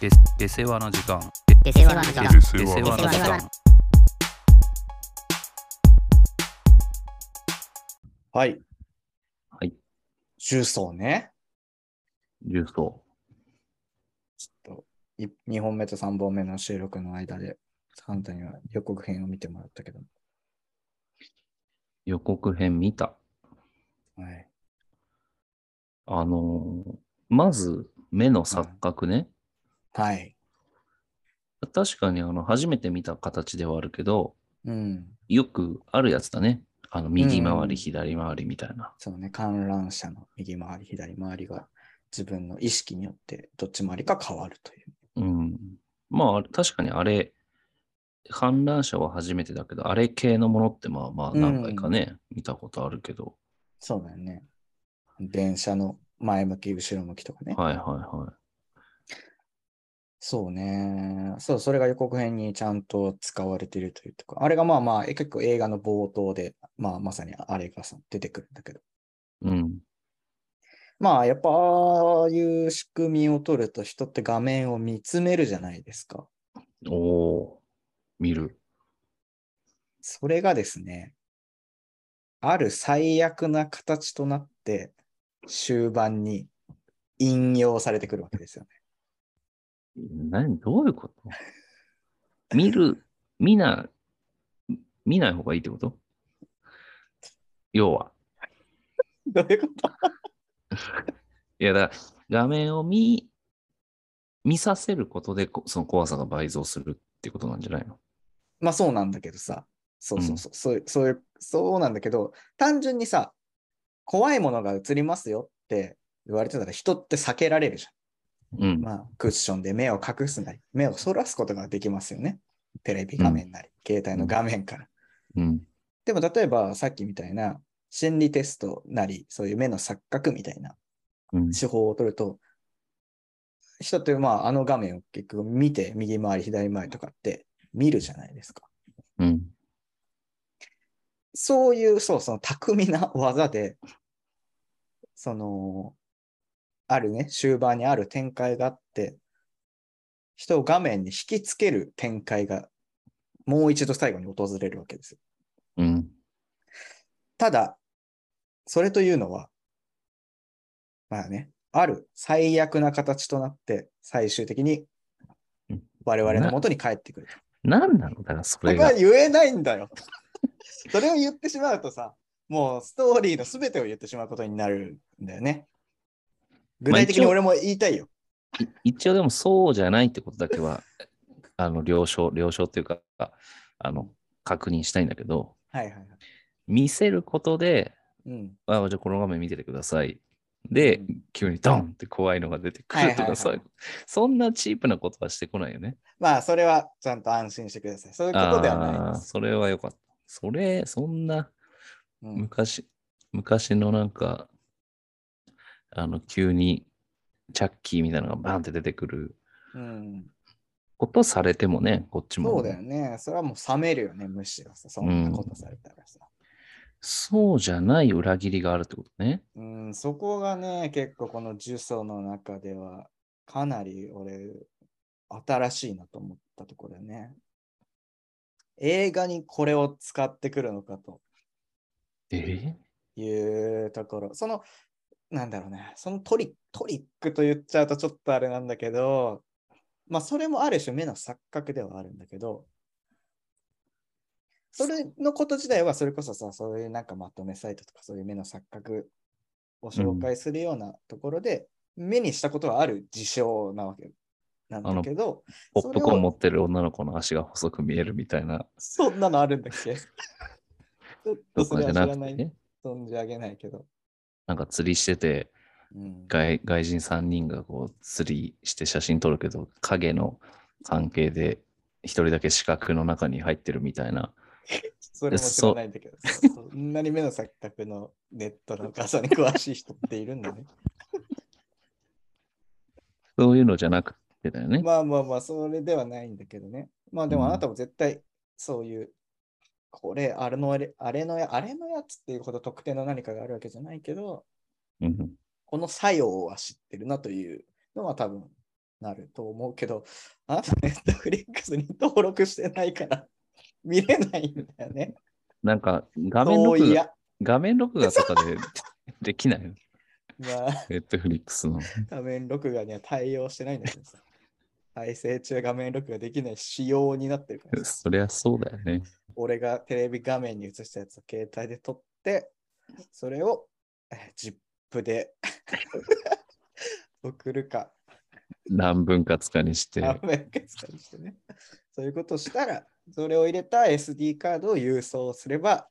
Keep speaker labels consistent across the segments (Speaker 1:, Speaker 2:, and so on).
Speaker 1: で出世話の時間
Speaker 2: 出世話の時間
Speaker 3: で
Speaker 1: 出
Speaker 3: 世
Speaker 1: 世
Speaker 3: 話
Speaker 1: 話の時間
Speaker 4: はい。
Speaker 3: はい。
Speaker 4: 重曹ね。
Speaker 3: 重曹。
Speaker 4: ちょっと、2本目と3本目の収録の間で、サンタには予告編を見てもらったけど。
Speaker 3: 予告編見た。
Speaker 4: はい。
Speaker 3: あのーまず、目の錯覚ね。
Speaker 4: はい。
Speaker 3: 確かに、あの、初めて見た形ではあるけど、
Speaker 4: うん。
Speaker 3: よくあるやつだね。あの、右回
Speaker 4: うん
Speaker 3: り、左回りみたいな。
Speaker 4: そうね、観覧車の右回り、左回りが自分の意識によってどっち回りか変わるという。
Speaker 3: うん。まああれ、確かにあれ、観覧車は初めてだけど、あれ系のものって、まあまあ、何回かね、見たことあるけど。
Speaker 4: そうだよね。電車の前向き、後ろ向きとかね。
Speaker 3: はいはいはい。
Speaker 4: そうね。そう、それが予告編にちゃんと使われてるというとか。あれがまあまあ、え結構映画の冒頭で、まあまさにあれがさ出てくるんだけど。
Speaker 3: うん。
Speaker 4: まあ、やっぱ、ああいう仕組みを取ると人って画面を見つめるじゃないですか。
Speaker 3: おお見る。
Speaker 4: それがですね、ある最悪な形となって、終盤に引用されてくるわけですよね。
Speaker 3: 何どういうこと見る、見な、見ない方がいいってこと要は。
Speaker 4: どういうこと
Speaker 3: いやだから、画面を見、見させることでこその怖さが倍増するってことなんじゃないの
Speaker 4: まあそうなんだけどさ、そうそうそう、そういうそういう、そうなんだけど、単純にさ、怖いものが映りますよって言われてたら人って避けられるじゃん。
Speaker 3: うん。
Speaker 4: まあ、クッションで目を隠すなり、目をそらすことができますよね。テレビ画面なり、携帯の画面から。
Speaker 3: うん。
Speaker 4: でも、例えばさっきみたいな心理テストなり、そういう目の錯覚みたいな
Speaker 3: うん。
Speaker 4: 手法を取ると、人ってまあ、あの画面を結局見て、右回り、左回りとかって見るじゃないですか。
Speaker 3: うん。
Speaker 4: そういう、そうそう、巧みな技で、その、あるね、終盤にある展開があって、人を画面に引きつける展開が、もう一度最後に訪れるわけですよ。
Speaker 3: うん。
Speaker 4: ただ、それというのは、まあね、ある最悪な形となって、最終的に
Speaker 3: うん
Speaker 4: 我々の元に帰ってくる。
Speaker 3: 何なのだから、そ
Speaker 4: そ
Speaker 3: れ
Speaker 4: れが
Speaker 3: が。
Speaker 4: 言えないんだよ。 それを言ってしまうとさ、もうストーリーの全てを言ってしまうことになるんだよね。具体的に
Speaker 3: まあ一応
Speaker 4: 俺も言いたいよ。
Speaker 3: い一応でもそうじゃないってことだけは、 あの、了承、了承っていうか、あの、確認したいんだけど、
Speaker 4: はいはいはい。
Speaker 3: 見せることで、
Speaker 4: うん。
Speaker 3: あじゃあこの画面見ててください。で、
Speaker 4: うん
Speaker 3: 急にドンって怖いのが出てく
Speaker 4: はいは
Speaker 3: る
Speaker 4: い
Speaker 3: と
Speaker 4: はい
Speaker 3: か、そういうそんなチープなことはしてこないよね。
Speaker 4: まあ、それはちゃんと安心してください。そういうことではない
Speaker 3: あ
Speaker 4: で
Speaker 3: あ、
Speaker 4: す。
Speaker 3: それはよかった。それ、そんな
Speaker 4: うん、
Speaker 3: 昔、昔のなんか、あの、急にチャッキーみたいなのがバンって出てくる
Speaker 4: うん
Speaker 3: ことされてもね、こっちも。
Speaker 4: そうだよね。それはもう冷めるよね、むしろさ。そんなことされたらさ。
Speaker 3: そうじゃない裏切りがあるってことね。
Speaker 4: うん、そこがね、結構この呪詛の中では、かなり俺、新しいなと思ったところだね。映画にこれを使ってくるのかと
Speaker 3: え
Speaker 4: いうところ。その、なんだろうね、そのトリトリックと言っちゃうとちょっとあれなんだけど、まあ、それもある種目の錯覚ではあるんだけど、それのこと自体はそれこそさ、そういうなんかまとめサイトとかそういう目の錯覚を紹介するようなところで、目にしたことはある事象なわけなんだけど、
Speaker 3: ポップコー
Speaker 4: それを
Speaker 3: ン持ってる女の子の足が細く見えるみたいな、
Speaker 4: そんなのあるんだっけ ちょっと
Speaker 3: と
Speaker 4: そ
Speaker 3: か
Speaker 4: れ
Speaker 3: じ
Speaker 4: は
Speaker 3: ゃな
Speaker 4: 知ら
Speaker 3: く
Speaker 4: な
Speaker 3: て
Speaker 4: い、
Speaker 3: ね。
Speaker 4: 存じ上げないけど。
Speaker 3: なんか釣りしてて、
Speaker 4: うん
Speaker 3: 外外人3人がこう釣りして写真撮るけど影の関係で一人だけ四角の中に入ってるみたいな
Speaker 4: それも知らないんだけど、そんなに目の錯覚のネットの画像に詳しい人っているんだね。
Speaker 3: そういうのじゃなくてだよね。
Speaker 4: まあまあまあ、それではないんだけどね。まあで
Speaker 3: う
Speaker 4: も
Speaker 3: ん
Speaker 4: あなたも絶対そういう、これ、あれのあれ、あれのや、あれのやつっていうほど特定の何かがあるわけじゃないけど、
Speaker 3: うん
Speaker 4: この作用は知ってるなというのは多分なると思うけど、あなたネットフリックスに登録してないから見れないんだよね。
Speaker 3: なんか、画面
Speaker 4: そうい
Speaker 3: 録画、
Speaker 4: や、
Speaker 3: 画面録画とかで できないよ。
Speaker 4: まあ、
Speaker 3: ネットフリックスの。
Speaker 4: 画面録画には対応してないんだけどさ。再生中画面録画できない仕様になってるからさ
Speaker 3: そりゃそうだよね。
Speaker 4: 俺がテレビ画面に映したやつを携帯で撮って、それをえー ZIP で 送るか、
Speaker 3: 何分割かにして。
Speaker 4: 画面決済してね。そういうことしたら、それを入れた SD カードを郵送すれば、。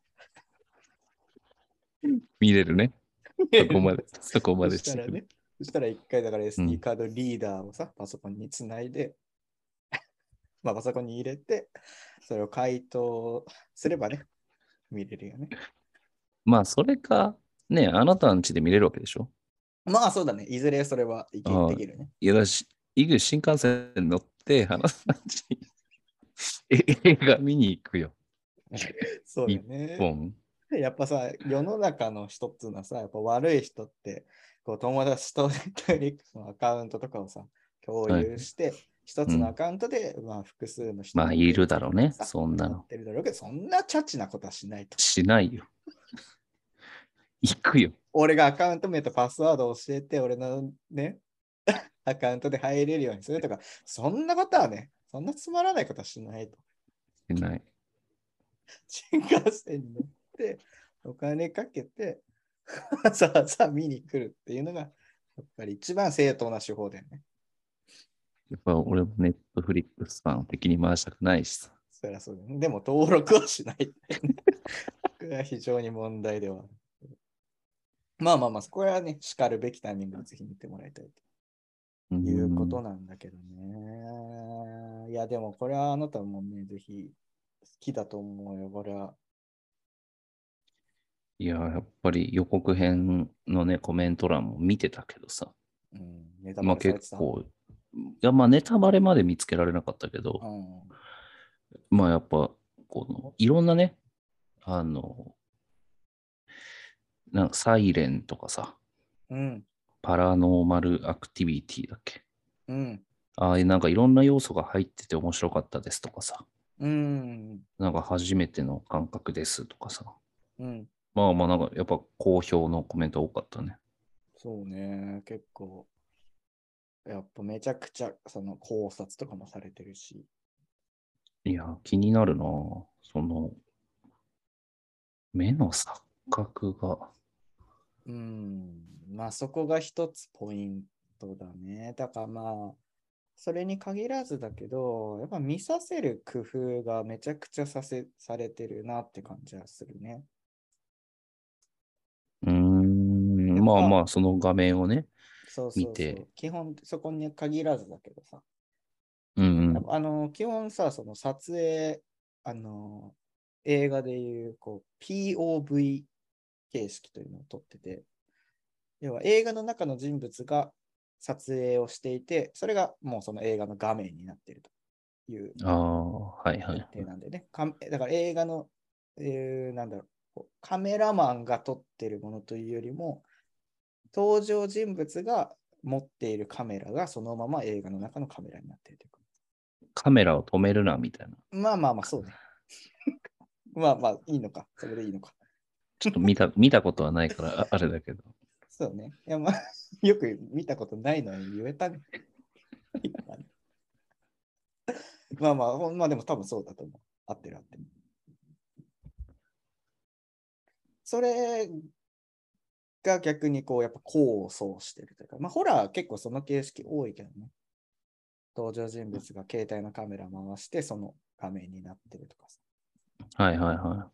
Speaker 3: 見れるね。そこまで そこまで
Speaker 4: そしたら
Speaker 3: る
Speaker 4: ね、そしたら一回だから
Speaker 3: う
Speaker 4: SD
Speaker 3: ん
Speaker 4: カードリーダーをさ、パソコンにつないで、 まあパソコンに入れて、それを回答すればね、見れるよね。
Speaker 3: まあ、それか、ね、あなたの家で見れるわけでしょ。
Speaker 4: まあそうだね、いずれそれはでき
Speaker 3: ああ
Speaker 4: できるね。
Speaker 3: いやだし、いぐ新幹線乗って、あなたの家に映画見に行くよ。
Speaker 4: そうだね。
Speaker 3: ボン。
Speaker 4: やっぱさ、世の中の人っていうのはさ、やっぱ悪い人って、こう友達と Netflix のアカウントとかをさ、共有して、一、つのアカウントで、まあ複数の人
Speaker 3: まあ、いるだろうね。
Speaker 4: さ
Speaker 3: そんな
Speaker 4: や
Speaker 3: の
Speaker 4: っ。てるだろうけど、そんなチャチなことはしないと。
Speaker 3: しないよ。 行くよ。
Speaker 4: 俺がアカウント名とパスワードを教えて、俺のね、 アカウントで入れるようにするとか、そんなことはね、そんなつまらないことはしないと。
Speaker 3: しない。
Speaker 4: 新幹線に乗って、お金かけて、 さあさあ見に来るっていうのが、やっぱり一番正当な手法だよね。
Speaker 3: やっぱ俺もネットフリックスファンを敵に回したくないしさ。
Speaker 4: そりゃそうだよね。でも登録はしないっていうね。これは非常に問題ではある。まあまあまあ、そこはね、叱るべきタイミングでぜひ見てもらいたいと。
Speaker 3: い
Speaker 4: いうことなんだけどね。いや、でもこれはあなたもね、ぜひ好きだと思うよ、これは。
Speaker 3: いや、やっぱり予告編のね、コメント欄も見てたけどさ。
Speaker 4: うん、ネタ
Speaker 3: まあ
Speaker 4: バレされて
Speaker 3: 結
Speaker 4: た。
Speaker 3: 構、いやまあネタバレまで見つけられなかったけど、
Speaker 4: うん。
Speaker 3: まあやっぱ、この、いろんなね、あの、なんかサイレンとかさ、
Speaker 4: うん。
Speaker 3: パラノーマルアクティビティだっけ。
Speaker 4: うん。
Speaker 3: ああいうなんかいろんな要素が入ってて面白かったですとかさ、
Speaker 4: うん。
Speaker 3: なんか初めての感覚ですとかさ、
Speaker 4: うん。
Speaker 3: まあまあなんかやっぱ好評のコメント多かったね。
Speaker 4: そうね、結構。やっぱめちゃくちゃその考察とかもされてるし。
Speaker 3: いや、気になるなぁその、目の錯覚が。
Speaker 4: うん。まあそこが一つポイントだね。だからまあ、それに限らずだけど、やっぱ見させる工夫がめちゃくちゃさせされてるなって感じはするね。
Speaker 3: うーん、まあまあ、その画面をね。
Speaker 4: そうそう
Speaker 3: 見
Speaker 4: そ
Speaker 3: て
Speaker 4: う。基本、そこに限らずだけどさ。
Speaker 3: うん、う
Speaker 4: やっ
Speaker 3: ん。
Speaker 4: ぱあの、基本さ、その撮影、あの、映画でいう、こう、POV 形式というのを撮ってて、要は映画の中の人物が撮影をしていて、それがもうその映画の画面になっているという
Speaker 3: ああ、はいは
Speaker 4: 設
Speaker 3: い。
Speaker 4: 定なんでね。かんだから映画の、えーなんだろうこう、カメラマンが撮ってるものというよりも、登場人物が持っているカメラがそのまま映画の中のカメラになっているというか。
Speaker 3: カメラを止めるな、みたいな。
Speaker 4: まあまあまあ、そうね。 まあまあ、いいのか。それでいいのか。
Speaker 3: ちょっと見た、 見たことはないから、ああれだけど。
Speaker 4: そうね。いやまあ、 よく見たことないのに言えたね。今ねまあまあ、ほんまあでも多分そうだと思う。合ってる合ってる。それが逆にこう、やっぱ功を奏してるというか、まあホラー結構その形式多いけどね。登場人物が携帯のカメラ回して、その画面になってるとかさ。
Speaker 3: はいはいは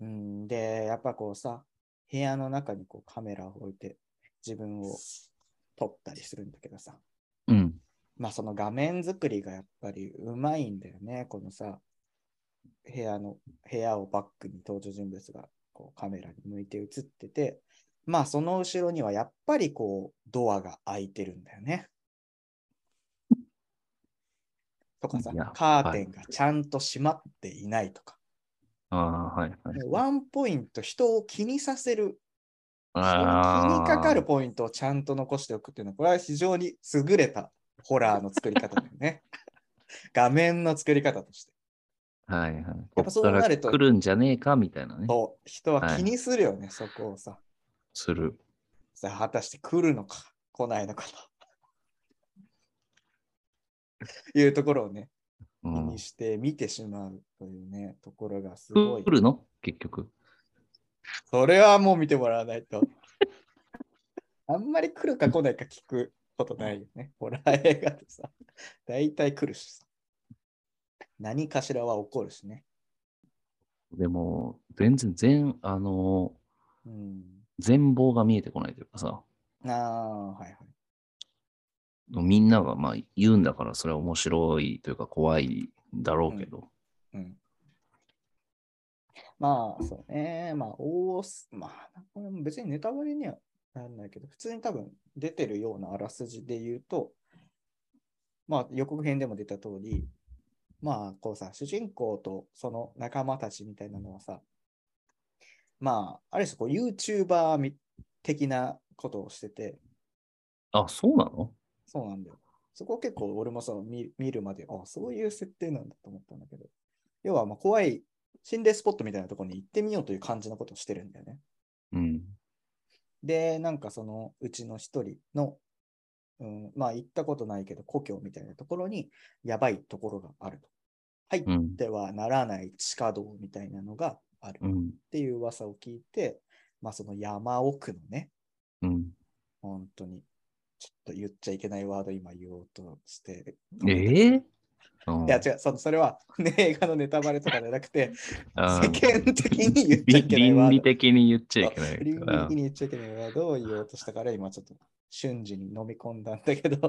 Speaker 4: うん、で、やっぱこうさ、部屋の中にこうカメラを置いて自分を撮ったりするんだけどさ、
Speaker 3: い。うん。
Speaker 4: まあその画面作りがやっぱりうまいんだよね、このさ、部屋の、部屋をバックに登場人物がこうカメラに向いて映ってて、まあその後ろにはやっぱりこうドアが開いてるんだよね。とかさ
Speaker 3: いや、
Speaker 4: カー
Speaker 3: は
Speaker 4: テ
Speaker 3: い
Speaker 4: ンがちゃんと閉まっていないとか、
Speaker 3: ああ、はいはい。
Speaker 4: ワンポイント人を気にさせる人に気
Speaker 3: ああ。
Speaker 4: にかかるポイントをちゃんと残しておくっていうのは、これは非常に優れたホラーの作り方だよね。 画面の作り方として。
Speaker 3: はいはい。
Speaker 4: やっぱそうなる
Speaker 3: こ
Speaker 4: と
Speaker 3: っから来るんじゃねえかみたいなね。
Speaker 4: そう、人は気にするよね、そこをさ。
Speaker 3: する。
Speaker 4: さあ、果たして来るのか、来ないのかと。いうところをね、
Speaker 3: う
Speaker 4: 気
Speaker 3: ん
Speaker 4: に、して見てしまうというね、ところがすごい
Speaker 3: 来。るの結局。
Speaker 4: それはもう見てもらわないと。 あんまり来るか来ないか聞くことないよね。ホラー映画ってさ、大体来るしさ。何かしらは起こるしね。
Speaker 3: でも、全然、全、あの、
Speaker 4: うん。
Speaker 3: 全貌が見えてこないというかさ、
Speaker 4: ああ、はいはい。
Speaker 3: みんながまあ言うんだから、それは面白いというか怖いだろうけど、
Speaker 4: うん。まあ、そうね。まあ、大す、まあ、これも別にネタバレにはならないけど、普通に多分出てるようなあらすじで言うと、まあ、予告編でも出た通り、まあ、こうさ、主人公とその仲間たちみたいなのはさ、まあ、ある種こう、YouTuber み的なことをしてて、
Speaker 3: あ、そうなの
Speaker 4: そうなんだよ。そこ結構俺もさ、見見るまで、あ、そういう設定なんだと思ったんだけど。要は、まあ、怖い心霊スポットみたいなところに行ってみようという感じのことをしてるんだよね。
Speaker 3: うん。
Speaker 4: で、なんかそのうちの一人の、うん、まあ行ったことないけど、故郷みたいなところに、やばいところがあると。入
Speaker 3: う
Speaker 4: っ
Speaker 3: ん。
Speaker 4: てはならない地下道みたいなのがある
Speaker 3: う
Speaker 4: っ
Speaker 3: ん。
Speaker 4: ていう噂を聞いて、まあその山奥のね、
Speaker 3: うん。
Speaker 4: 本当に、ちょっと言っちゃいけないワード今言おうとして、
Speaker 3: ええうん
Speaker 4: いや違う、そのそれは、 ね、映画のネタバレとかじゃなく て、
Speaker 3: あ
Speaker 4: 世
Speaker 3: ー
Speaker 4: 間的に言っちゃい
Speaker 3: り
Speaker 4: けない
Speaker 3: 倫
Speaker 4: ワー
Speaker 3: 理
Speaker 4: ド。
Speaker 3: 的に言っちゃいけない
Speaker 4: 倫
Speaker 3: か
Speaker 4: 理
Speaker 3: ら
Speaker 4: 的。に言っちゃいけないワードを言おうとしたから、今ちょっと瞬時に飲み込んだんだけど、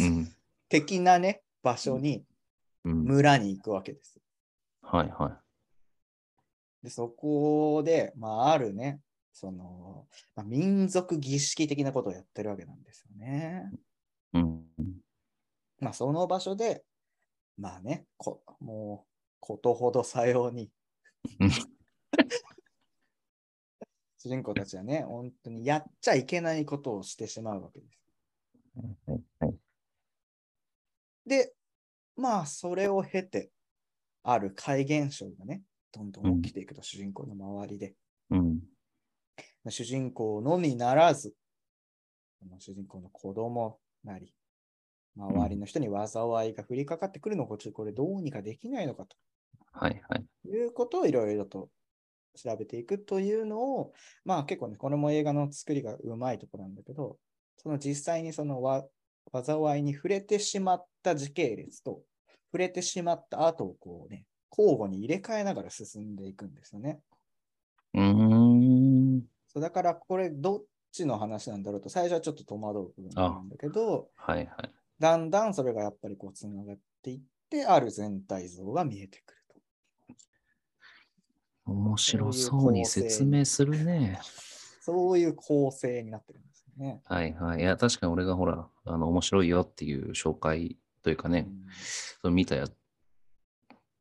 Speaker 3: うん。
Speaker 4: 的なね、場所に
Speaker 3: うん。
Speaker 4: 村に行くわけです。
Speaker 3: はいは
Speaker 4: で、そこで、まあ、あるね、その、まあ、民族儀式的なことをやってるわけなんですよね。
Speaker 3: い。うん。
Speaker 4: まあ、その場所で、まあね、こもう、ことほどさように
Speaker 3: うん。
Speaker 4: 主人公たちはね、本当にやっちゃいけないことをしてしまうわけです。
Speaker 3: はいはい
Speaker 4: で、まあ、それを経て、ある怪現象がね、どんどん起きていくと、主人公の周りで。
Speaker 3: うん。
Speaker 4: 主人公のみならず、この主人公の子供なり、周りの人に災いが降りかかってくるのを、これどうにかできないのかと。
Speaker 3: はいはい。
Speaker 4: いうことをいろいろと調べていくというのを、まあ結構ね、これも映画の作りがうまいとこなんだけど、その実際にそのわ災いに触れてしまった時系列と、触れてしまった後をこうね、交互に入れ替えながら進んでいくんですよね。
Speaker 3: うーん。
Speaker 4: そうだからこれどっちの話なんだろうと、最初はちょっと戸惑う部分なんだけど、
Speaker 3: はいはい。
Speaker 4: だんだんそれがやっぱりこうつながっていって、ある全体像が見えてくると。
Speaker 3: 面白そうに説明するね。
Speaker 4: そういう構成になってるんですよね。
Speaker 3: はいはい。いや、確かに俺がほら、あの、面白いよっていう紹介というかね、
Speaker 4: うん
Speaker 3: その見たや、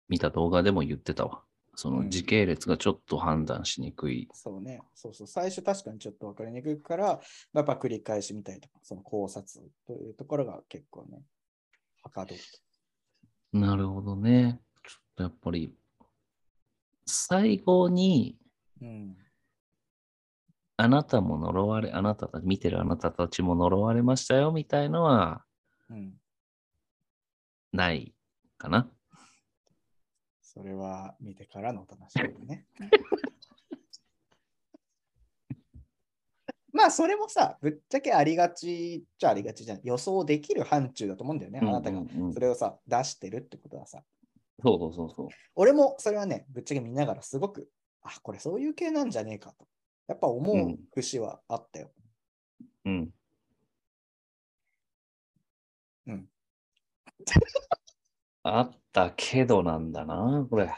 Speaker 3: 見た動画でも言ってたわ。そうの
Speaker 4: ん
Speaker 3: 時系列がちょっと判断しにくい。
Speaker 4: そうね、そうそう、最初確かにちょっと分かりにくいから、やっぱ繰り返しみたいとか、その考察というところが結構ね、はかどる。
Speaker 3: なるほどね。ちょっとやっぱり、最後に、
Speaker 4: うん。
Speaker 3: あなたも呪われ、あなたたち、見てるあなたたちも呪われましたよみたいのは
Speaker 4: うん。
Speaker 3: ないかな。
Speaker 4: それは見てからのお楽しみだね。 まあ、それもさ、ぶっちゃけありがちっちゃありがちじゃん。予想できる範疇だと思うんだよね、あなたが
Speaker 3: うん。うんうん
Speaker 4: それをさ、出してるってことはさ。
Speaker 3: そうそうそうそう。
Speaker 4: 俺もそれはね、ぶっちゃけ見ながらすごく、あ、これそういう系なんじゃねえかと。やっぱ思う節はあったよ。
Speaker 3: うん。
Speaker 4: うん。
Speaker 3: あったけどなんだな、これ。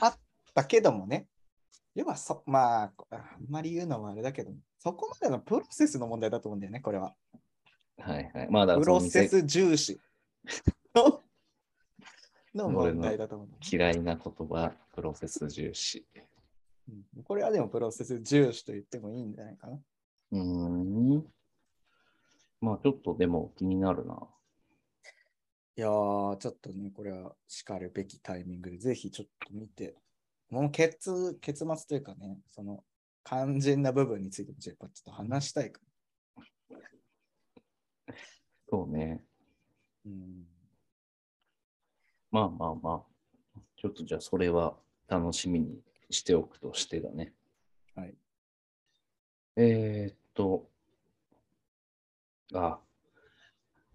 Speaker 4: だけどもね、要はそ、まあ、あんまり言うのもあれだけど、そこまでのプロセスの問題だと思うんだよね、これは。
Speaker 3: はいはい。まあだか
Speaker 4: プ
Speaker 3: らその
Speaker 4: ロセス重視 のの問題だと思うんだよね
Speaker 3: 店嫌いな言葉、プロセス重視。
Speaker 4: うんこれはでもプロセス重視と言ってもいいんじゃないかな。
Speaker 3: うーん。まあちょっとでも気になるな。
Speaker 4: いやー、ちょっとね、これはしかるべきタイミングで、ぜひちょっと見て、もう結、結末というかね、その肝心な部分についてもやっぱちょっと話したいか
Speaker 3: そうね。
Speaker 4: ら。うん。
Speaker 3: まあまあまあ。ちょっとじゃあそれは楽しみにしておくとしてだね。
Speaker 4: はい。
Speaker 3: えーっと、あ、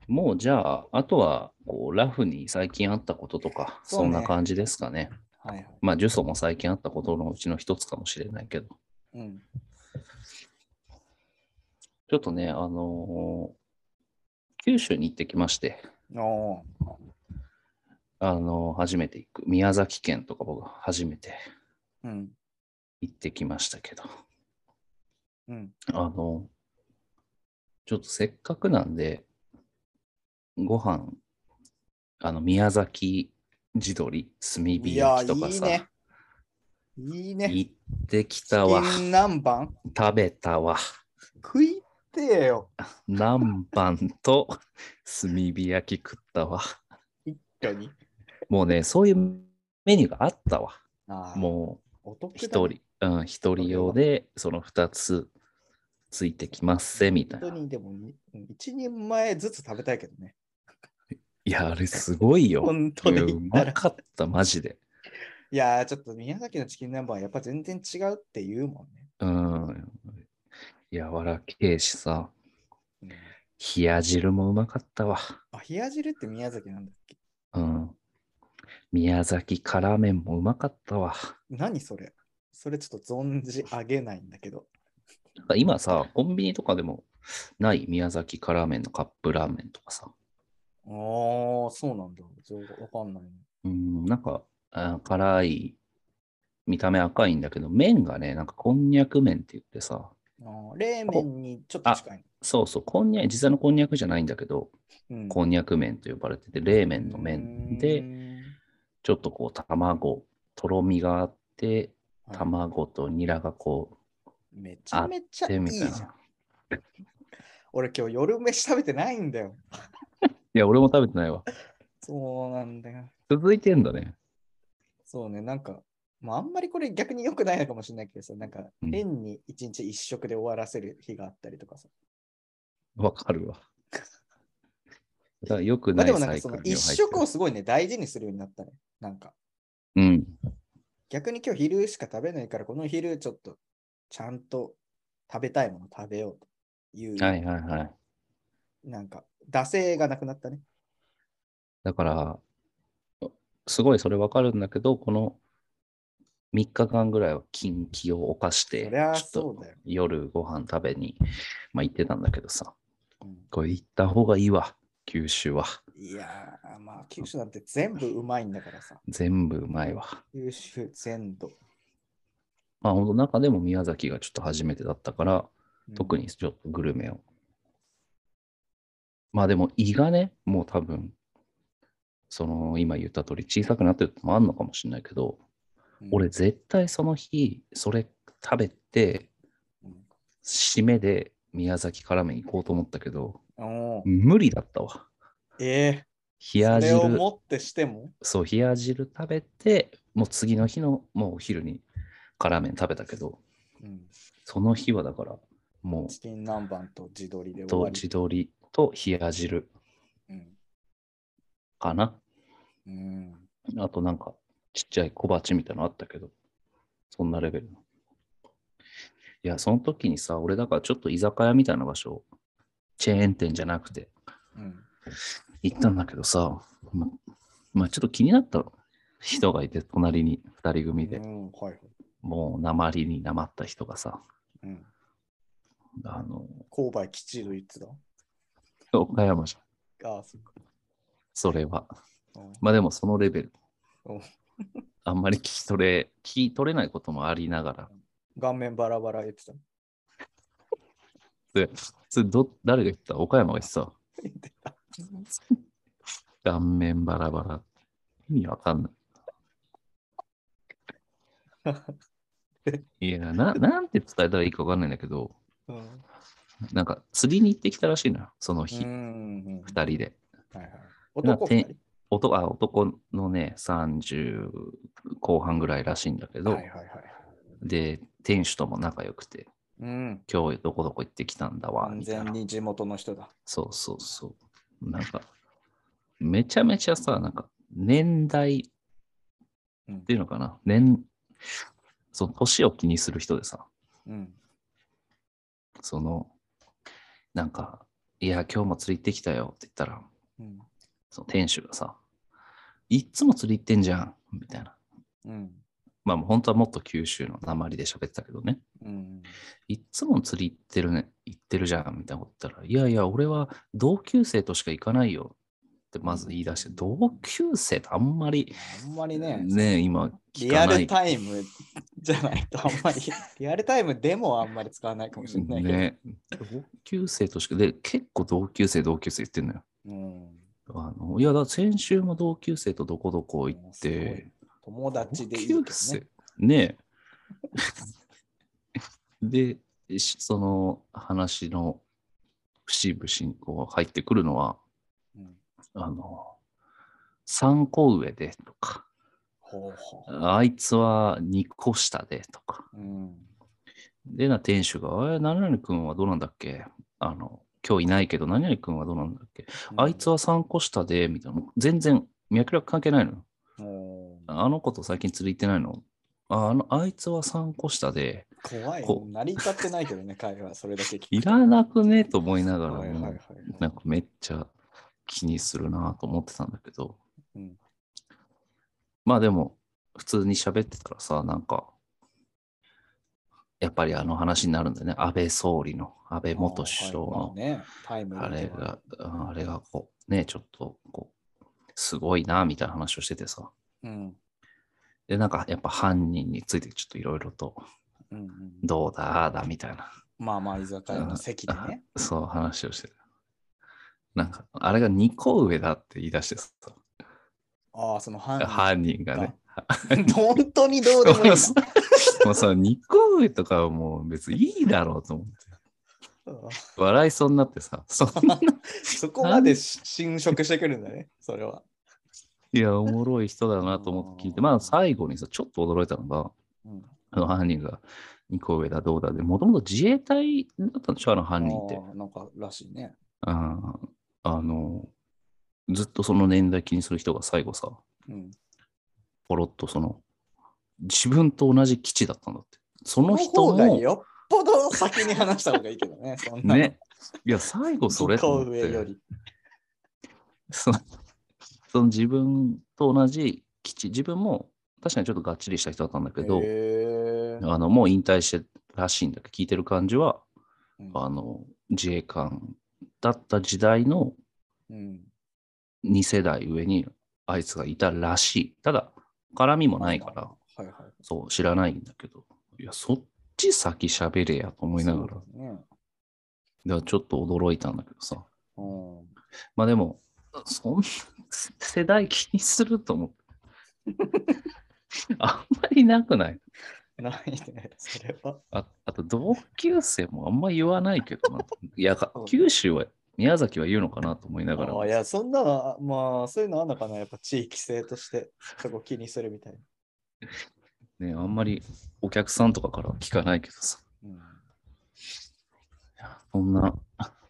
Speaker 3: もうじゃあ、あとはこうラフに最近あったこととか、
Speaker 4: そう
Speaker 3: そ
Speaker 4: ね
Speaker 3: んな感じですかね。
Speaker 4: はいはい。
Speaker 3: まあ、ジュソも最近あったことのうちの一つかもしれないけど、
Speaker 4: うん。
Speaker 3: ちょっとね、あのー九州に行ってきまして、
Speaker 4: おー
Speaker 3: あのー初めて行く、宮崎県とか僕初めて
Speaker 4: うん。
Speaker 3: 行ってきましたけど、
Speaker 4: うん。
Speaker 3: あの、ちょっとせっかくなんで、ご飯、あの、宮崎地鶏、炭火
Speaker 4: いや
Speaker 3: 焼きと
Speaker 4: ー、
Speaker 3: か
Speaker 4: いい
Speaker 3: さ、
Speaker 4: ね。いいね。
Speaker 3: 行ってきたわ、
Speaker 4: チキン南蛮
Speaker 3: 食べたわ、
Speaker 4: 食いてえよ。
Speaker 3: 南蛮と炭火焼き食ったわ。
Speaker 4: 一に。
Speaker 3: もうね、そういうメニューがあったわ。
Speaker 4: あー
Speaker 3: も
Speaker 4: お
Speaker 3: う、
Speaker 4: 得
Speaker 3: 一
Speaker 4: だね
Speaker 3: 人、うん、一人用で、その二つついてきますぜ、みたい
Speaker 4: 本当
Speaker 3: な。
Speaker 4: にでもにうん一人前ずつ食べたいけどね。
Speaker 3: いや、あれすごいよ。
Speaker 4: 本当
Speaker 3: い
Speaker 4: に
Speaker 3: や
Speaker 4: 言
Speaker 3: う
Speaker 4: った
Speaker 3: ま
Speaker 4: ら。
Speaker 3: かった、マジで。
Speaker 4: いやー、ちょっと宮崎のチキン南蛮はやっぱ全然違うって言うも
Speaker 3: うん。柔らけえしさ、
Speaker 4: んね。うん
Speaker 3: 冷や汁もうまかったわ。
Speaker 4: あ、冷や汁って宮崎なんだっけ
Speaker 3: うん。宮崎辛麺もうまかったわ。
Speaker 4: 何それそれちょっと存じ上げないんだけど。
Speaker 3: なんか今さ、コンビニとかでもない宮崎辛麺のカップラーメンとかさ、
Speaker 4: ああ、そうなんだ。じゃあわかんないね。
Speaker 3: うん、なんかあ辛い、見た目赤いんだけど、麺がね、なんかこんにゃく麺って言ってさ、
Speaker 4: あー冷麺にちょっと近い
Speaker 3: そうそう、こんにゃく、実際のこんにゃくじゃないんだけど、
Speaker 4: の。うん
Speaker 3: こんにゃく麺と呼ばれてて、冷麺の麺で、
Speaker 4: うーん
Speaker 3: ちょっとこう卵、とろみがあって、
Speaker 4: はい
Speaker 3: 卵とニラがこ
Speaker 4: めちゃめ
Speaker 3: う、
Speaker 4: ちゃい
Speaker 3: で
Speaker 4: い
Speaker 3: み
Speaker 4: じ
Speaker 3: た
Speaker 4: ゃ
Speaker 3: い
Speaker 4: ん。
Speaker 3: な。
Speaker 4: 俺今日夜飯食べてないんだよ。
Speaker 3: いや、俺も食べてないわ。
Speaker 4: そうなんだよ。
Speaker 3: 続いてんだね。
Speaker 4: そうね、なんか、まあ、あんまりこれ逆に良くないのかもしれないけどさ、なんか、
Speaker 3: うん
Speaker 4: 変に一日一食で終わらせる日があったりとかさ。
Speaker 3: わかるわ。だからよくな
Speaker 4: まあで
Speaker 3: い
Speaker 4: もな
Speaker 3: サ
Speaker 4: んか
Speaker 3: イ
Speaker 4: そ
Speaker 3: クル
Speaker 4: の
Speaker 3: に
Speaker 4: 一
Speaker 3: は入ってる
Speaker 4: 食をすごいね、大事にするようになったね。なんか、
Speaker 3: うん。
Speaker 4: 逆に今日昼しか食べないから、この昼ちょっと、ちゃんと食べたいもの食べようという、
Speaker 3: はいはいはい。
Speaker 4: なんか、惰性がなくなったね。
Speaker 3: だから、すごいそれわかるんだけど、この3日間ぐらいは禁忌を犯して、
Speaker 4: そりゃ
Speaker 3: ちょ
Speaker 4: そ
Speaker 3: っ
Speaker 4: うだよ
Speaker 3: と夜ご飯食べに、まあ、行ってたんだけどさ、
Speaker 4: うん
Speaker 3: これ行った方がいいわ、九州は。
Speaker 4: いやー、まあ、九州なんて全部うまいんだからさ。
Speaker 3: 全部うまいわ。
Speaker 4: 九州全土。
Speaker 3: まあ本当中でも宮崎がちょっと初めてだったから、
Speaker 4: うん
Speaker 3: 特にちょっとグルメを。まあでも胃がね、もう多分、その今言った通り小さくなってるのもあんのかもしれないけど、
Speaker 4: うん
Speaker 3: 俺絶対その日、それ食べて、
Speaker 4: うん
Speaker 3: 締めで宮崎辛麺行こうと思ったけど、
Speaker 4: おー
Speaker 3: 無理だったわ。
Speaker 4: え
Speaker 3: 冷
Speaker 4: ー、
Speaker 3: や
Speaker 4: それを
Speaker 3: 汁、
Speaker 4: 持ってしても
Speaker 3: そう、冷や汁食べて、もう次の日の、もうお昼に辛麺食べたけど、
Speaker 4: うん
Speaker 3: その日はだから、もう
Speaker 4: チキン南蛮と地鶏で終
Speaker 3: と
Speaker 4: わ
Speaker 3: 地
Speaker 4: り。
Speaker 3: 鶏と冷や汁
Speaker 4: うん
Speaker 3: かな。
Speaker 4: うん、
Speaker 3: あとなんかちっちゃい小鉢みたいなのあったけど、そんなレベルの。いや、その時にさ、俺だからちょっと居酒屋みたいな場所、チェーン店じゃなくて
Speaker 4: うん、
Speaker 3: 行ったんだけどさ、ま、まあちょっと気になった人がいて、隣に2人組で
Speaker 4: う、ん、はいはい。
Speaker 3: もう鉛に鉛った人がさ、
Speaker 4: うん、
Speaker 3: あの、
Speaker 4: 購買きちいと言ってた。
Speaker 3: 岡山じゃん、
Speaker 4: ああ、そっか。
Speaker 3: それは。
Speaker 4: うん
Speaker 3: まあでもそのレベル
Speaker 4: お。
Speaker 3: あんまり聞き取れ、聞き取れないこともありながら、
Speaker 4: 顔面バラバラ言ってた。
Speaker 3: で、それど誰が言ってた岡山が言ってた。
Speaker 4: 言ってた
Speaker 3: 顔面バラバラ。意味わかん ない。いやな、なんて伝えたらいいかわかんないんだけど、
Speaker 4: うん
Speaker 3: なんか釣りに行ってきたらしいのよ、その日、
Speaker 4: うん。うん
Speaker 3: 二人で。
Speaker 4: はいはい。男二人
Speaker 3: 男あ男のね、30後半ぐらいらしいんだけど、
Speaker 4: はいはいはい。
Speaker 3: で、店主とも仲良くて、
Speaker 4: うん。
Speaker 3: 今日どこどこ行ってきたんだわ、
Speaker 4: 完
Speaker 3: みたい
Speaker 4: 全
Speaker 3: な。
Speaker 4: に地元の人だ。
Speaker 3: そうそうそう。なんか、めちゃめちゃさ、なんか、年代
Speaker 4: うん
Speaker 3: っていうのかな、年、その年を気にする人でさ、
Speaker 4: うん。
Speaker 3: その、なんか、いや、今日も釣り行ってきたよって言ったら、
Speaker 4: うん。
Speaker 3: その店主がさ、いっつも釣り行ってんじゃん、みたいな。
Speaker 4: うん。
Speaker 3: まあ、本当はもっと九州の鉛で喋ってたけどね。
Speaker 4: うん。
Speaker 3: いっつも釣り行ってるね、行ってるじゃんみたいなこと言ったら、いやいや、俺は同級生としか行かないよってまず言い出して、同級生ってあんまり
Speaker 4: あんまりね、
Speaker 3: ね、今聞
Speaker 4: リア
Speaker 3: かな
Speaker 4: ル
Speaker 3: い。
Speaker 4: タイム じゃないとあんまり、リアルタイムでもあんまり使わないかもしれないけど。
Speaker 3: ね、同級生としか、で、結構同級生、同級生言ってんのよ。
Speaker 4: うん、
Speaker 3: あのいや、だから先週も同級生とどこどこ行っ
Speaker 4: うん
Speaker 3: て、。
Speaker 4: すごい友達でいい
Speaker 3: 同
Speaker 4: よ
Speaker 3: 級
Speaker 4: ね
Speaker 3: 生。ねえ。 で、しその話の節々にこう入ってくるのは、
Speaker 4: うん
Speaker 3: あの、3個上でとか、
Speaker 4: ほうほ
Speaker 3: あいつは2個下でとか。
Speaker 4: う。うん。
Speaker 3: で、な、店主が、え、何々君はどうなんだっけあの、今日いないけど、何々君はどうなんだっけ、あいつ
Speaker 4: は。
Speaker 3: は3個下で、みたいな。全然、脈絡関係ないのよ。
Speaker 4: もう
Speaker 3: あの子と最近釣り行ってないのああの、あいつは3個下で、
Speaker 4: 怖い
Speaker 3: こ。う
Speaker 4: 成り立ってないけどね、会話、それだけ聞くと
Speaker 3: いらなくねと思いながらも、
Speaker 4: はいはいはいはい。
Speaker 3: なんかめっちゃ気にするなと思ってたんだけど、
Speaker 4: うん
Speaker 3: まあでも普通に喋ってたらさなんかやっぱりあの話になるんだよね安倍総理の安倍元首相
Speaker 4: まあ
Speaker 3: の
Speaker 4: ね、タイム
Speaker 3: あ
Speaker 4: リー
Speaker 3: れ
Speaker 4: とは
Speaker 3: があれがこうねちょっとこうすごいなみたいな話をしててさ
Speaker 4: うん。
Speaker 3: でなんかやっぱ犯人についてちょっといろいろと
Speaker 4: うんうん
Speaker 3: どうだあーだみたいな
Speaker 4: まあまあ、居酒屋の席でね。
Speaker 3: そう話をしてる。なんか、あれが2個上だって言い出してさ、
Speaker 4: ああ、その犯人。
Speaker 3: 犯人がね。
Speaker 4: 本当にどうでもいいな。
Speaker 3: もうさ、2個上とかはもう別にいいだろうと思って。
Speaker 4: うん
Speaker 3: 笑いそうになってさ、そんな、
Speaker 4: そこまで侵食してくるんだね、それは。
Speaker 3: いや、おもろい人だなと思って 聞いて、まあ最後にさ、ちょっと驚いたのが、
Speaker 4: うん
Speaker 3: あの犯人が2個上だ、どうだで、もともと自衛隊だったんでしょ、あの犯人って。
Speaker 4: ああなんからしいね。
Speaker 3: あーあの、ずっとその年代気にする人が最後さ、
Speaker 4: うん、
Speaker 3: ポロッとその、自分と同じ基地だったんだって。その人
Speaker 4: 方が
Speaker 3: も、
Speaker 4: よっぽど先に話した方がいいけどね、そんな。
Speaker 3: ね、いや、最後それ
Speaker 4: 向
Speaker 3: と
Speaker 4: こ
Speaker 3: 思っ
Speaker 4: う上よ
Speaker 3: て、
Speaker 4: り。
Speaker 3: そのその自分と同じ基地、自分も確かにちょっとがっちりした人だったんだけど
Speaker 4: へ、え
Speaker 3: あのもう引退してたらしいんだけど、聞いてる感じは、
Speaker 4: うん
Speaker 3: あの自衛官だった時代の
Speaker 4: うん
Speaker 3: 2世代上にあいつがいたらしい。ただ、絡みもないから、
Speaker 4: はいはい。
Speaker 3: そう、知らないんだけど、いや、そっち先喋れやと思いながら
Speaker 4: そ、うね
Speaker 3: だからちょっと驚いたんだけどさ。
Speaker 4: うん
Speaker 3: まあでも、そんな世代気にすると思って。 あんまりなくない
Speaker 4: ないね、それは。
Speaker 3: ああと同級生もあんま言わないけどな。いや
Speaker 4: そう、ね
Speaker 3: 九州は、宮崎は言うのかなと思いながら
Speaker 4: あ。あいや、そんなの、まあ、そういうのあんのかな、やっぱ地域性 として、そこ気にするみたいな。
Speaker 3: ね、あんまりお客さんとかからは聞かないけどさ。
Speaker 4: うん
Speaker 3: そんな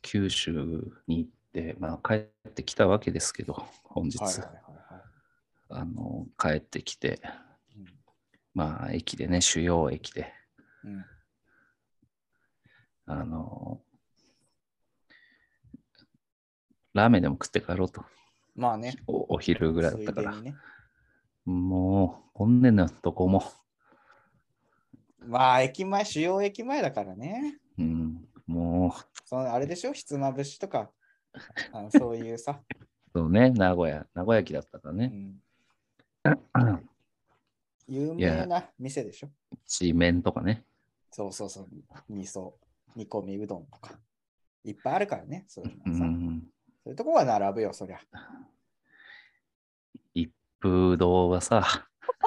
Speaker 3: 九州に行って、まあ帰ってきたわけですけど、本日。
Speaker 4: はいはいはいはい
Speaker 3: あの帰ってきて、
Speaker 4: うん
Speaker 3: まあ駅でね、主要駅で、
Speaker 4: うん
Speaker 3: あの、ラーメンでも食って帰ろうと、
Speaker 4: まあね、
Speaker 3: おお昼ぐらいだったから
Speaker 4: つい、でにね
Speaker 3: もう、こんねんなとこも、
Speaker 4: まあ、駅前、主要駅前だからね。
Speaker 3: うん、も
Speaker 4: そのあれでしょ、ひつまぶしとか、あのそうい うさ、
Speaker 3: う、そうね、名古屋、名古屋駅だったから
Speaker 4: う
Speaker 3: ね、
Speaker 4: ん有名な店でしょ。
Speaker 3: ち麺とかね、
Speaker 4: そうそうそう、味噌、煮込みうどんとか。いっぱいあるからね、そういう
Speaker 3: う
Speaker 4: のさ。
Speaker 3: ん、
Speaker 4: そういうとこは並ぶよ、そりゃ。
Speaker 3: ブドウはさ、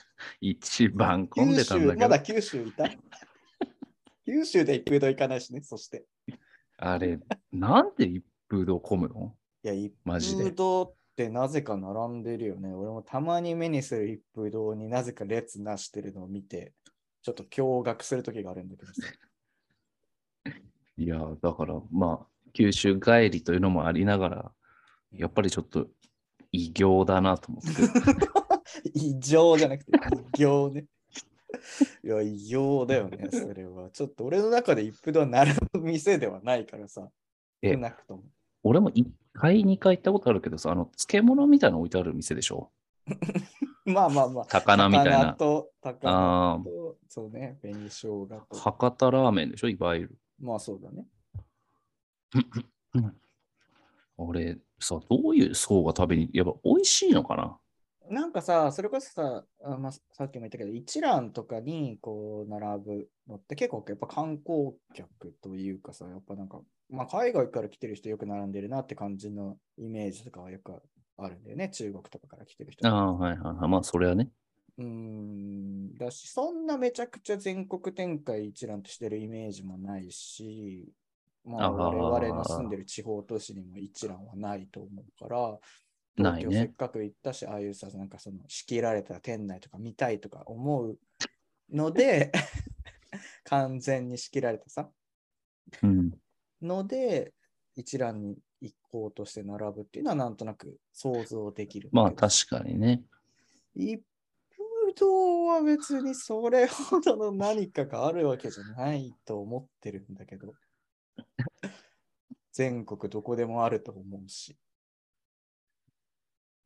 Speaker 3: 一番混ん
Speaker 4: 九
Speaker 3: でたん
Speaker 4: 州、
Speaker 3: だけ
Speaker 4: ま
Speaker 3: ど
Speaker 4: だ、九州いた。 九州で一風堂行かないしね、そして。
Speaker 3: あれ、なんで一風堂混むの
Speaker 4: いや、一
Speaker 3: マジで
Speaker 4: 風堂っってなぜか並んでるよね。俺もたまに目にする一風堂になぜか列なしてるのを見て、ちょっと驚愕する時があるんだけどさ。
Speaker 3: いやー、だから、まあ、九州帰りというのもありながら、やっぱりちょっと異形だなと思って。
Speaker 4: 異常じゃなくて、異形ね。 いや、異形だよね、それは。ちょっと俺の中で一風堂は並ぶ店ではないからさ。
Speaker 3: ええ
Speaker 4: 少なくとも。
Speaker 3: 俺も1回、2回行ったことあるけどさ、あの、漬物みたいなの置いてある店でしょ
Speaker 4: まあまあまあ。
Speaker 3: 魚みたい
Speaker 4: 魚
Speaker 3: な。
Speaker 4: と、高
Speaker 3: ああ、
Speaker 4: と、そうね、紅生姜と。
Speaker 3: 博多ラーメンでしょいわゆる。
Speaker 4: まあそうだね。
Speaker 3: 俺さ、どういう層が食べに、やっぱ美味しいのかな
Speaker 4: なんかさ、それこそさ、あまあ、さっきも言ったけど、一覧とかにこう並ぶのって結構やっぱ観光客というかさ、やっぱなんか、まあ、海外から来てる人よく並んでるなって感じのイメージとかはよくあるんだよね、中国とかから来てる人。
Speaker 3: ああ、はいはいはい。まあ、それはね。
Speaker 4: うーん、だし、そんなめちゃくちゃ全国展開一覧としてるイメージもないし、まあ、
Speaker 3: あー
Speaker 4: 我々の住んでる地方都市にも一覧はないと思うから、
Speaker 3: ない
Speaker 4: 東京せっ
Speaker 3: ね。
Speaker 4: かく行ったし、ああいうさ、なんかその仕切られた店内とか見たいとか思うの で、完全に仕切られたさ、
Speaker 3: うん。
Speaker 4: ので、一覧に行こうとして並ぶっていうのはなんとなく想像できるんだ
Speaker 3: まあ、
Speaker 4: けどさ。
Speaker 3: 確かにね。
Speaker 4: 一風堂は別にそれほどの何かがあるわけじゃないと思ってるんだけど、 全国どこでもあると思うし。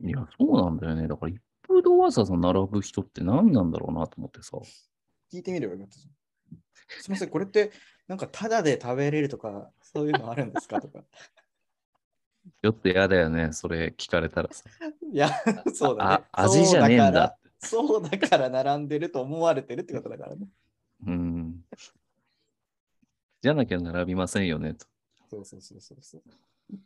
Speaker 3: いや、そうなんだよね。だから、一風堂わざわざ並ぶ人って何なんだろうなと思ってさ。
Speaker 4: 聞いてみればよかったじゃん。すみません、これってなんかタダで食べれるとか、そういうのあるんですかと か。
Speaker 3: ちょっと嫌だよね。それ聞かれたらさ。
Speaker 4: いや、そうだね。
Speaker 3: あ味じゃねえんだ。
Speaker 4: そうだから。そうだから並んでると思われてるってことだからね。
Speaker 3: うん。じゃなきゃ並びませんよねと。
Speaker 4: そうそうそうそうそう。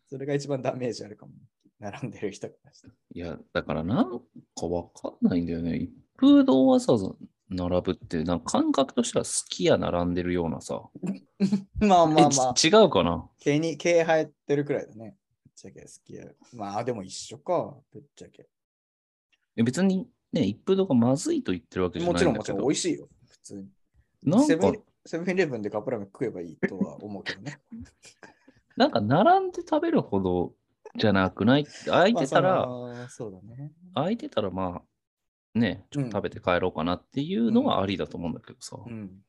Speaker 4: それが一番ダメージあるかも。並んでる人からして。
Speaker 3: いや、だからなんかわかんないんだよね。一風堂わざわざ並ぶって、なんか感覚としては好きや並んでるようなさ。
Speaker 4: まあまあまあ
Speaker 3: え。ち違うかな
Speaker 4: 毛に毛生えてるくらいだね。ぶっちゃけ好きや。まあでも一緒か、ぶっちゃけ。
Speaker 3: え別にね、一風堂がまずいと言ってるわけじゃ
Speaker 4: も
Speaker 3: な
Speaker 4: ち
Speaker 3: い
Speaker 4: ろ
Speaker 3: ん
Speaker 4: ん
Speaker 3: だ
Speaker 4: もち
Speaker 3: け
Speaker 4: ろん
Speaker 3: ど。
Speaker 4: 美味しいよ、普通に。セブ
Speaker 3: なん
Speaker 4: ン
Speaker 3: か、
Speaker 4: セブンイレブンでカップラーメン食えばいいとは思うけ どね。
Speaker 3: なんか並んで食べるほどじゃなくない空いてたら、
Speaker 4: まあそのそうだね。
Speaker 3: 空いてたらまあ、ね、ちょっと食べて帰ろうかなっていうのはありだと思うんだけどさ。
Speaker 4: うん。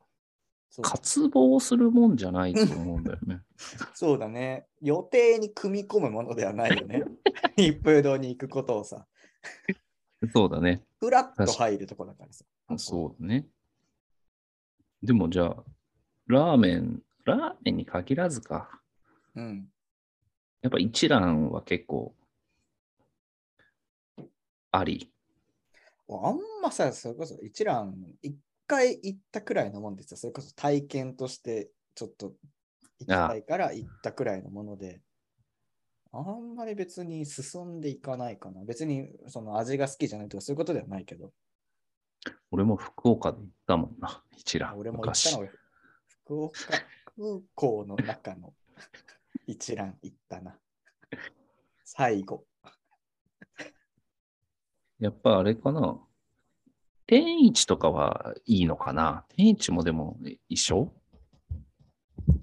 Speaker 4: そう
Speaker 3: 渇望するもんじゃないと思うんだよ ね。
Speaker 4: そうだね。予定に組み込むものではない よね。一風堂に行くことをさ、
Speaker 3: そうだね。
Speaker 4: ふらっと入るとこだからさ。
Speaker 3: そうだね。でもじゃあ、ラーメン、ラーメンに限らずか。
Speaker 4: うん。
Speaker 3: やっぱ一蘭は結構、あり。
Speaker 4: あんまさ、それこそ一覧、一回行ったくらいのもんですよ。それこそ体験として、ちょっと行きたいから行ったくらいのもので、あんまり別に進んでいかないかな。別にその味が好きじゃないとかそういうことではないけど、
Speaker 3: 俺も福岡で行ったもんな、一蘭。
Speaker 4: 俺も行ったの
Speaker 3: 昔
Speaker 4: は福岡空港の中の 一覧行ったな。最後。
Speaker 3: やっぱあれかな。天一とかはいいのかな。天一もでも一緒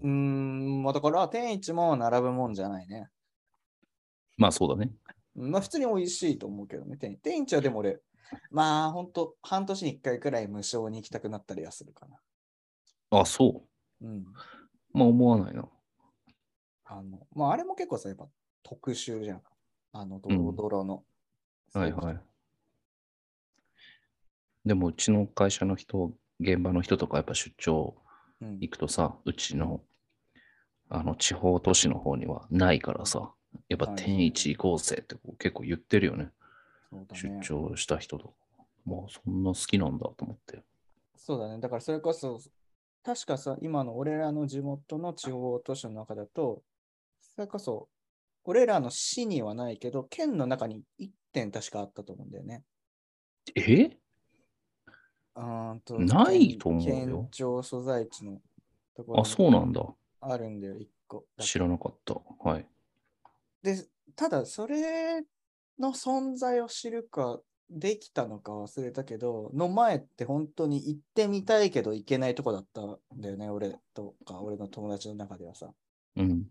Speaker 4: うーん、まあだから天一も並ぶもんじゃないね。
Speaker 3: まあそうだね。
Speaker 4: まあ普通に美味しいと思うけどね。天天一はでも俺、まあ本当半年に1回くらい無償に行きたくなったりはするかな。
Speaker 3: あ、そ
Speaker 4: うん。
Speaker 3: う。まあ思わないな。
Speaker 4: あの、まああれも結構さ、やっぱ特集じゃん。あの、ド
Speaker 3: ん
Speaker 4: ロドロの。
Speaker 3: はいはい。でもうちの会社の人、現場の人とかやっぱ出張
Speaker 4: うん。
Speaker 3: 行くとさ、うちのあの地方都市の方にはないからさ、やっぱ
Speaker 4: はい
Speaker 3: 天一行こうぜってこう結構言ってるよね、
Speaker 4: そうだ
Speaker 3: 出
Speaker 4: ね。
Speaker 3: 張した人とか。まあそんな好きなんだと思って。
Speaker 4: そうだね。だからそれこそ、確かさ、今の俺らの地元の地方都市の中だと、それこそ、俺らの市にはないけど、県の中に1点確かあったと思うんだよね。
Speaker 3: え
Speaker 4: うーんと
Speaker 3: ないと思うよ
Speaker 4: 県庁所在地のところ
Speaker 3: あ、
Speaker 4: に
Speaker 3: そうなんだ。
Speaker 4: あるんだよ、一個だけ
Speaker 3: 知らなかった。はい。
Speaker 4: で、ただそれの存在を知るか、できたのか忘れたけど、の前って本当に行ってみたいけど行けないとこだったんだよね、俺とか、俺の友達の中ではさ。
Speaker 3: うん。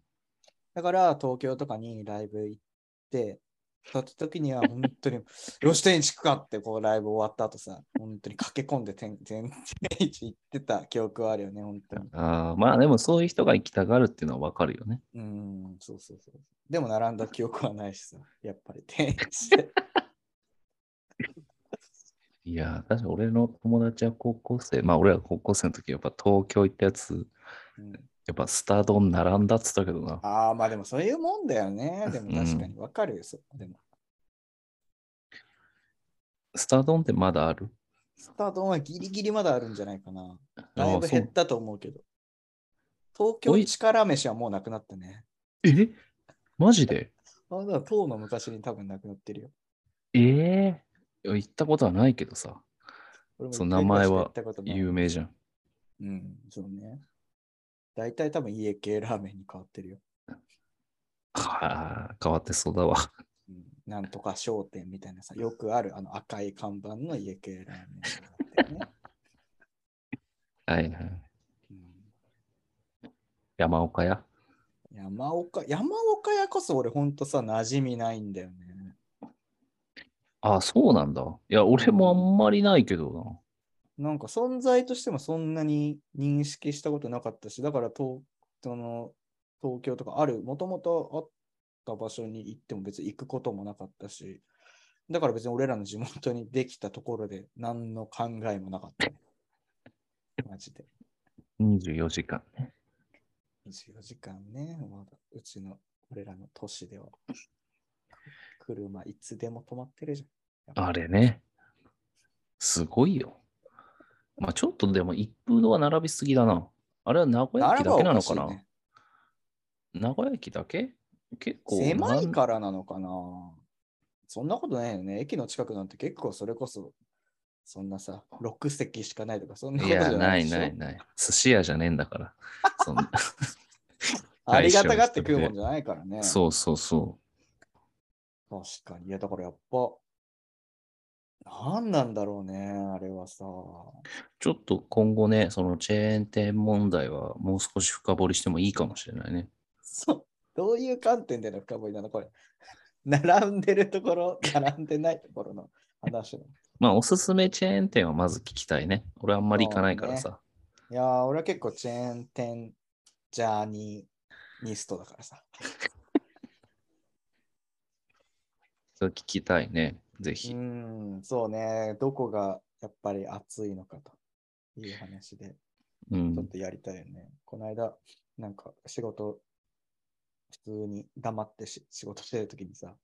Speaker 4: だから、東京とかにライブ行って、そった時には本当に、 よし、天一行くかって、こう、ライブ終わった後さ、本当に駆け込んで天、 天天一行ってた記憶はあるよね、本当に。
Speaker 3: ああ、まあでもそういう人が行きたがるっていうのはわかるよね。
Speaker 4: うん、そうそうそう。でも、並んだ記憶はないしさ、 やっぱり天一 で。
Speaker 3: いやー、確か俺の友達は高校生、まあ俺ら高校生の時やっぱ東京行ったやつ、
Speaker 4: うん
Speaker 3: やっぱスタードン並んだっつったけどな。
Speaker 4: ああ、まあでもそういうもんだよね。でも確かにわかるよ、そう。でも、
Speaker 3: スタードンってまだある
Speaker 4: スタートはギリギリまだあるんじゃないかな。だい
Speaker 3: あー
Speaker 4: ぶ
Speaker 3: そ
Speaker 4: 減
Speaker 3: う
Speaker 4: ったと思うけど。東京一から飯はもうなくなったね。
Speaker 3: えマジで
Speaker 4: あだから当の昔に多分なくなってるよ。
Speaker 3: ええいや行ったことはないけどさ、
Speaker 4: 俺も
Speaker 3: そう
Speaker 4: 一回ぐらいしか
Speaker 3: 名前は
Speaker 4: 行ったことない
Speaker 3: 有名じゃん。
Speaker 4: うん、そうね。大体多分家系ラーメンに変わってるよ。
Speaker 3: はあ、変わってそうだわ。
Speaker 4: うん、なんとか商店みたいなさ、よくあるあの赤い看板の家系ラーメンとかあってね、
Speaker 3: はいはい。
Speaker 4: うん
Speaker 3: 山岡屋
Speaker 4: 山岡、山岡屋こそ俺ほんとさ、馴染みないんだよね。
Speaker 3: ああ、そうなんだ。いや、俺もあんまりないけど
Speaker 4: なんか存在としてもそんなに認識したことなかったし、だから東その東京とかある、もともとあった場所に行っても別に行くこともなかったし、だから別に俺らの地元にできたところで何の考えもなかったね。マジで。
Speaker 3: な。24時間ね。
Speaker 4: 24時間ね、まだうちの俺らの都市では。車いつでも止まってるじゃん。
Speaker 3: あれね。すごいよ。まあちょっとでも一風堂は並びすぎだな。あれは名古屋駅だけなのかな
Speaker 4: 並ばおしいね
Speaker 3: 名古屋駅だけ結構
Speaker 4: 狭い
Speaker 3: なん
Speaker 4: からなのかなそんなことないよね。駅の近くなんて結構それこそ、そんなさ、6席しかないとか、そんなこ
Speaker 3: い
Speaker 4: とじ
Speaker 3: や、
Speaker 4: ゃな
Speaker 3: ないい
Speaker 4: でしょ。
Speaker 3: ないない。寿司屋じゃねえんだから。そん
Speaker 4: ありがたがって食うもんじゃないからね。
Speaker 3: そうそうそ
Speaker 4: 確かに。いや、だからやっぱ、何なんだろうね、あれはさ。
Speaker 3: う。ちょっと今後ね、そのチェーン店問題はもう少し深掘りしてもいいかもしれないね。
Speaker 4: そう。どういう観点での深掘りなのこれ。並んでるところ、並んでないところの話なの
Speaker 3: まあ、おすすめチェーン店はまず聞きたいね。俺あんまり行かないからさ。
Speaker 4: いやー、俺は結構チェーン店ジャーニーニストだからさ。
Speaker 3: それ聞きたいね。ぜ
Speaker 4: う
Speaker 3: ひ。
Speaker 4: ーん、そうね。どこがやっぱり熱いのかという話で、
Speaker 3: う
Speaker 4: ちょっ
Speaker 3: ん。
Speaker 4: とやりたいよね。この間、なんか仕事、普通に黙ってし仕事してるときにさ、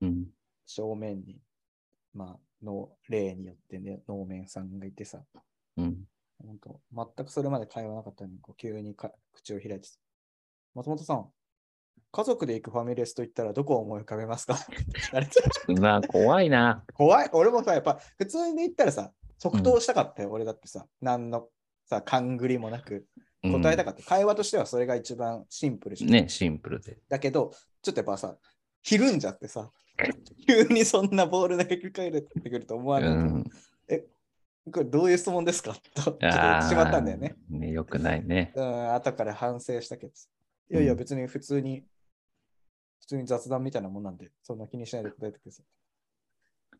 Speaker 3: うん。
Speaker 4: 正面に、まあ、の例によってね、能面さんがいてさ、
Speaker 3: うん。
Speaker 4: なんか全くそれまで会話なかったのに、こう急にか口を開いてさ、松本さん、家族で行くファミレスと言ったらどこを思い浮かべますか って聞かれて
Speaker 3: な怖いな。
Speaker 4: 怖い。俺もさ、やっぱ普通に言ったらさ、即答したかったよ。俺だってさ、何のさ、勘ぐりもなく答えた
Speaker 3: か
Speaker 4: かった。会話としてはそれが一番シンプルじゃん。
Speaker 3: ね、シンプルで。
Speaker 4: だけど、ちょっとやっぱさ、ひるんじゃっ てさ、急にそんなボールだけ返ってくると思
Speaker 3: う
Speaker 4: わない、
Speaker 3: ん。
Speaker 4: これどういう質問ですかとちょっと言
Speaker 3: あ
Speaker 4: って
Speaker 3: あ。
Speaker 4: しまったんだよね。。
Speaker 3: ね、よくないね。
Speaker 4: うん、後から反省したけどさ。いやいや、
Speaker 3: うん
Speaker 4: 別に普通に、普通に雑談みたいなもんなんで、そんな気にしないで答えてください。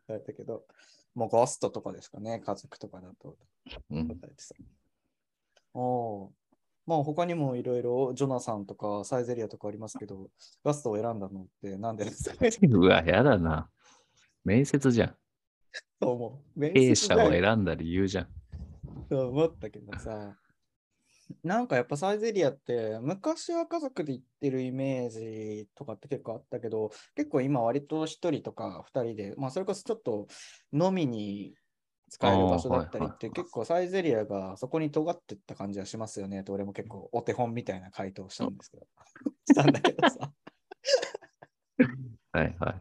Speaker 4: 答えたけど、もうゴーストとかですかね、家族とかだと
Speaker 3: うん。
Speaker 4: 答えてさ。おお。まあ他にもいろいろジョナサンとかサイゼリアとかありますけど、ガストを選んだのってなんでですか
Speaker 3: うわ、やだな。面接じゃん。
Speaker 4: と思う。面
Speaker 3: 弊
Speaker 4: 接
Speaker 3: 社
Speaker 4: だ
Speaker 3: を
Speaker 4: よ
Speaker 3: 選んだ理由じゃん。
Speaker 4: と思ったけどさ、なんかやっぱサイゼリアって昔は家族で行ってるイメージとかって結構あったけど、結構今割と一人とか二人で、まあそれこそちょっと飲みに使える場所だったり
Speaker 3: あーはい
Speaker 4: っ
Speaker 3: はい
Speaker 4: て
Speaker 3: はい
Speaker 4: 結構サイゼリアがそこに尖ってった感じはしますよねと俺も結構お手本みたいな回答をした んですけど、したんだけどさ、
Speaker 3: はいはい。
Speaker 4: あ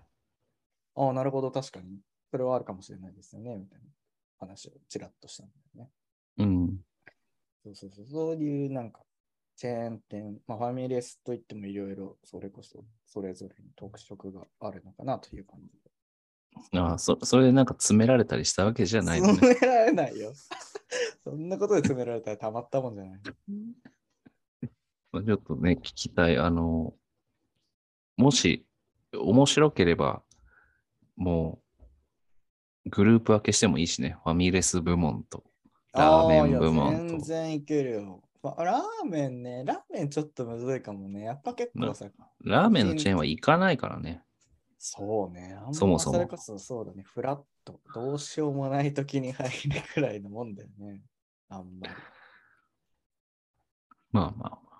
Speaker 4: あ、なるほど、確かに。それはあるかもしれないですよね、みたいな話をちらっとしたんだよね。
Speaker 3: うん。
Speaker 4: そうそうそう、そういうなんか、チェーン店、まあ、ファミレスといってもいろいろ、それこそ、それぞれに特色があるのかなという感じで。
Speaker 3: ああそそれでなんか詰められたりしたわけじゃないのね。
Speaker 4: 詰められないよ。 そんなことで詰められたらたまったもんじゃない。
Speaker 3: まあちょっとね、聞きたい。あの、もし、面白ければ、もう、グループ分けしてもいいしね。ファミレス部門と。 ラーメン
Speaker 4: あいや
Speaker 3: 部門と
Speaker 4: 全然いけるよ。まあラーメンね、ラーメンちょっとむずいかもね。やっぱ結構さ、
Speaker 3: ラーメンのチェーンは行かないからね。
Speaker 4: そうね。あんま
Speaker 3: そもそも
Speaker 4: それこそそうだね。フラット、どうしようもない時に入るくらいのもんだよね。あんまり
Speaker 3: まあまあ。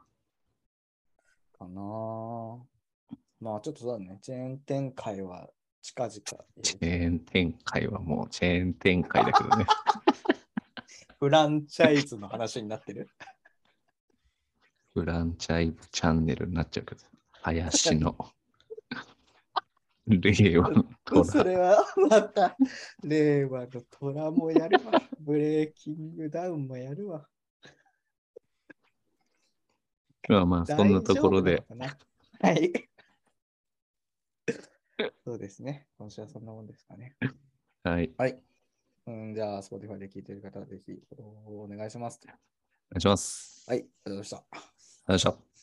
Speaker 4: かなぁまあちょっとそうだね。チェーン展開は近々や
Speaker 3: チ
Speaker 4: る。
Speaker 3: ェーン展開はもうチェーン展開だけ どね。
Speaker 4: フランチャイズの話になってる。
Speaker 3: フランチャイズチャンネルになっちゃうけど。林の。令和の
Speaker 4: そ
Speaker 3: 虎。
Speaker 4: れはまた、令和の虎もやるわ。 ブレーキングダウンもやるわ。
Speaker 3: まあまあ、そんなところで。
Speaker 4: 大丈夫なのかな。はい。 そうですね。今週はそんなもんですかね。
Speaker 3: はい。
Speaker 4: うん、じゃあ、Spotify で聞いてる方はぜひお願いします。
Speaker 3: お願いします。
Speaker 4: はい、ありがとうございました。
Speaker 3: ありがとうございました。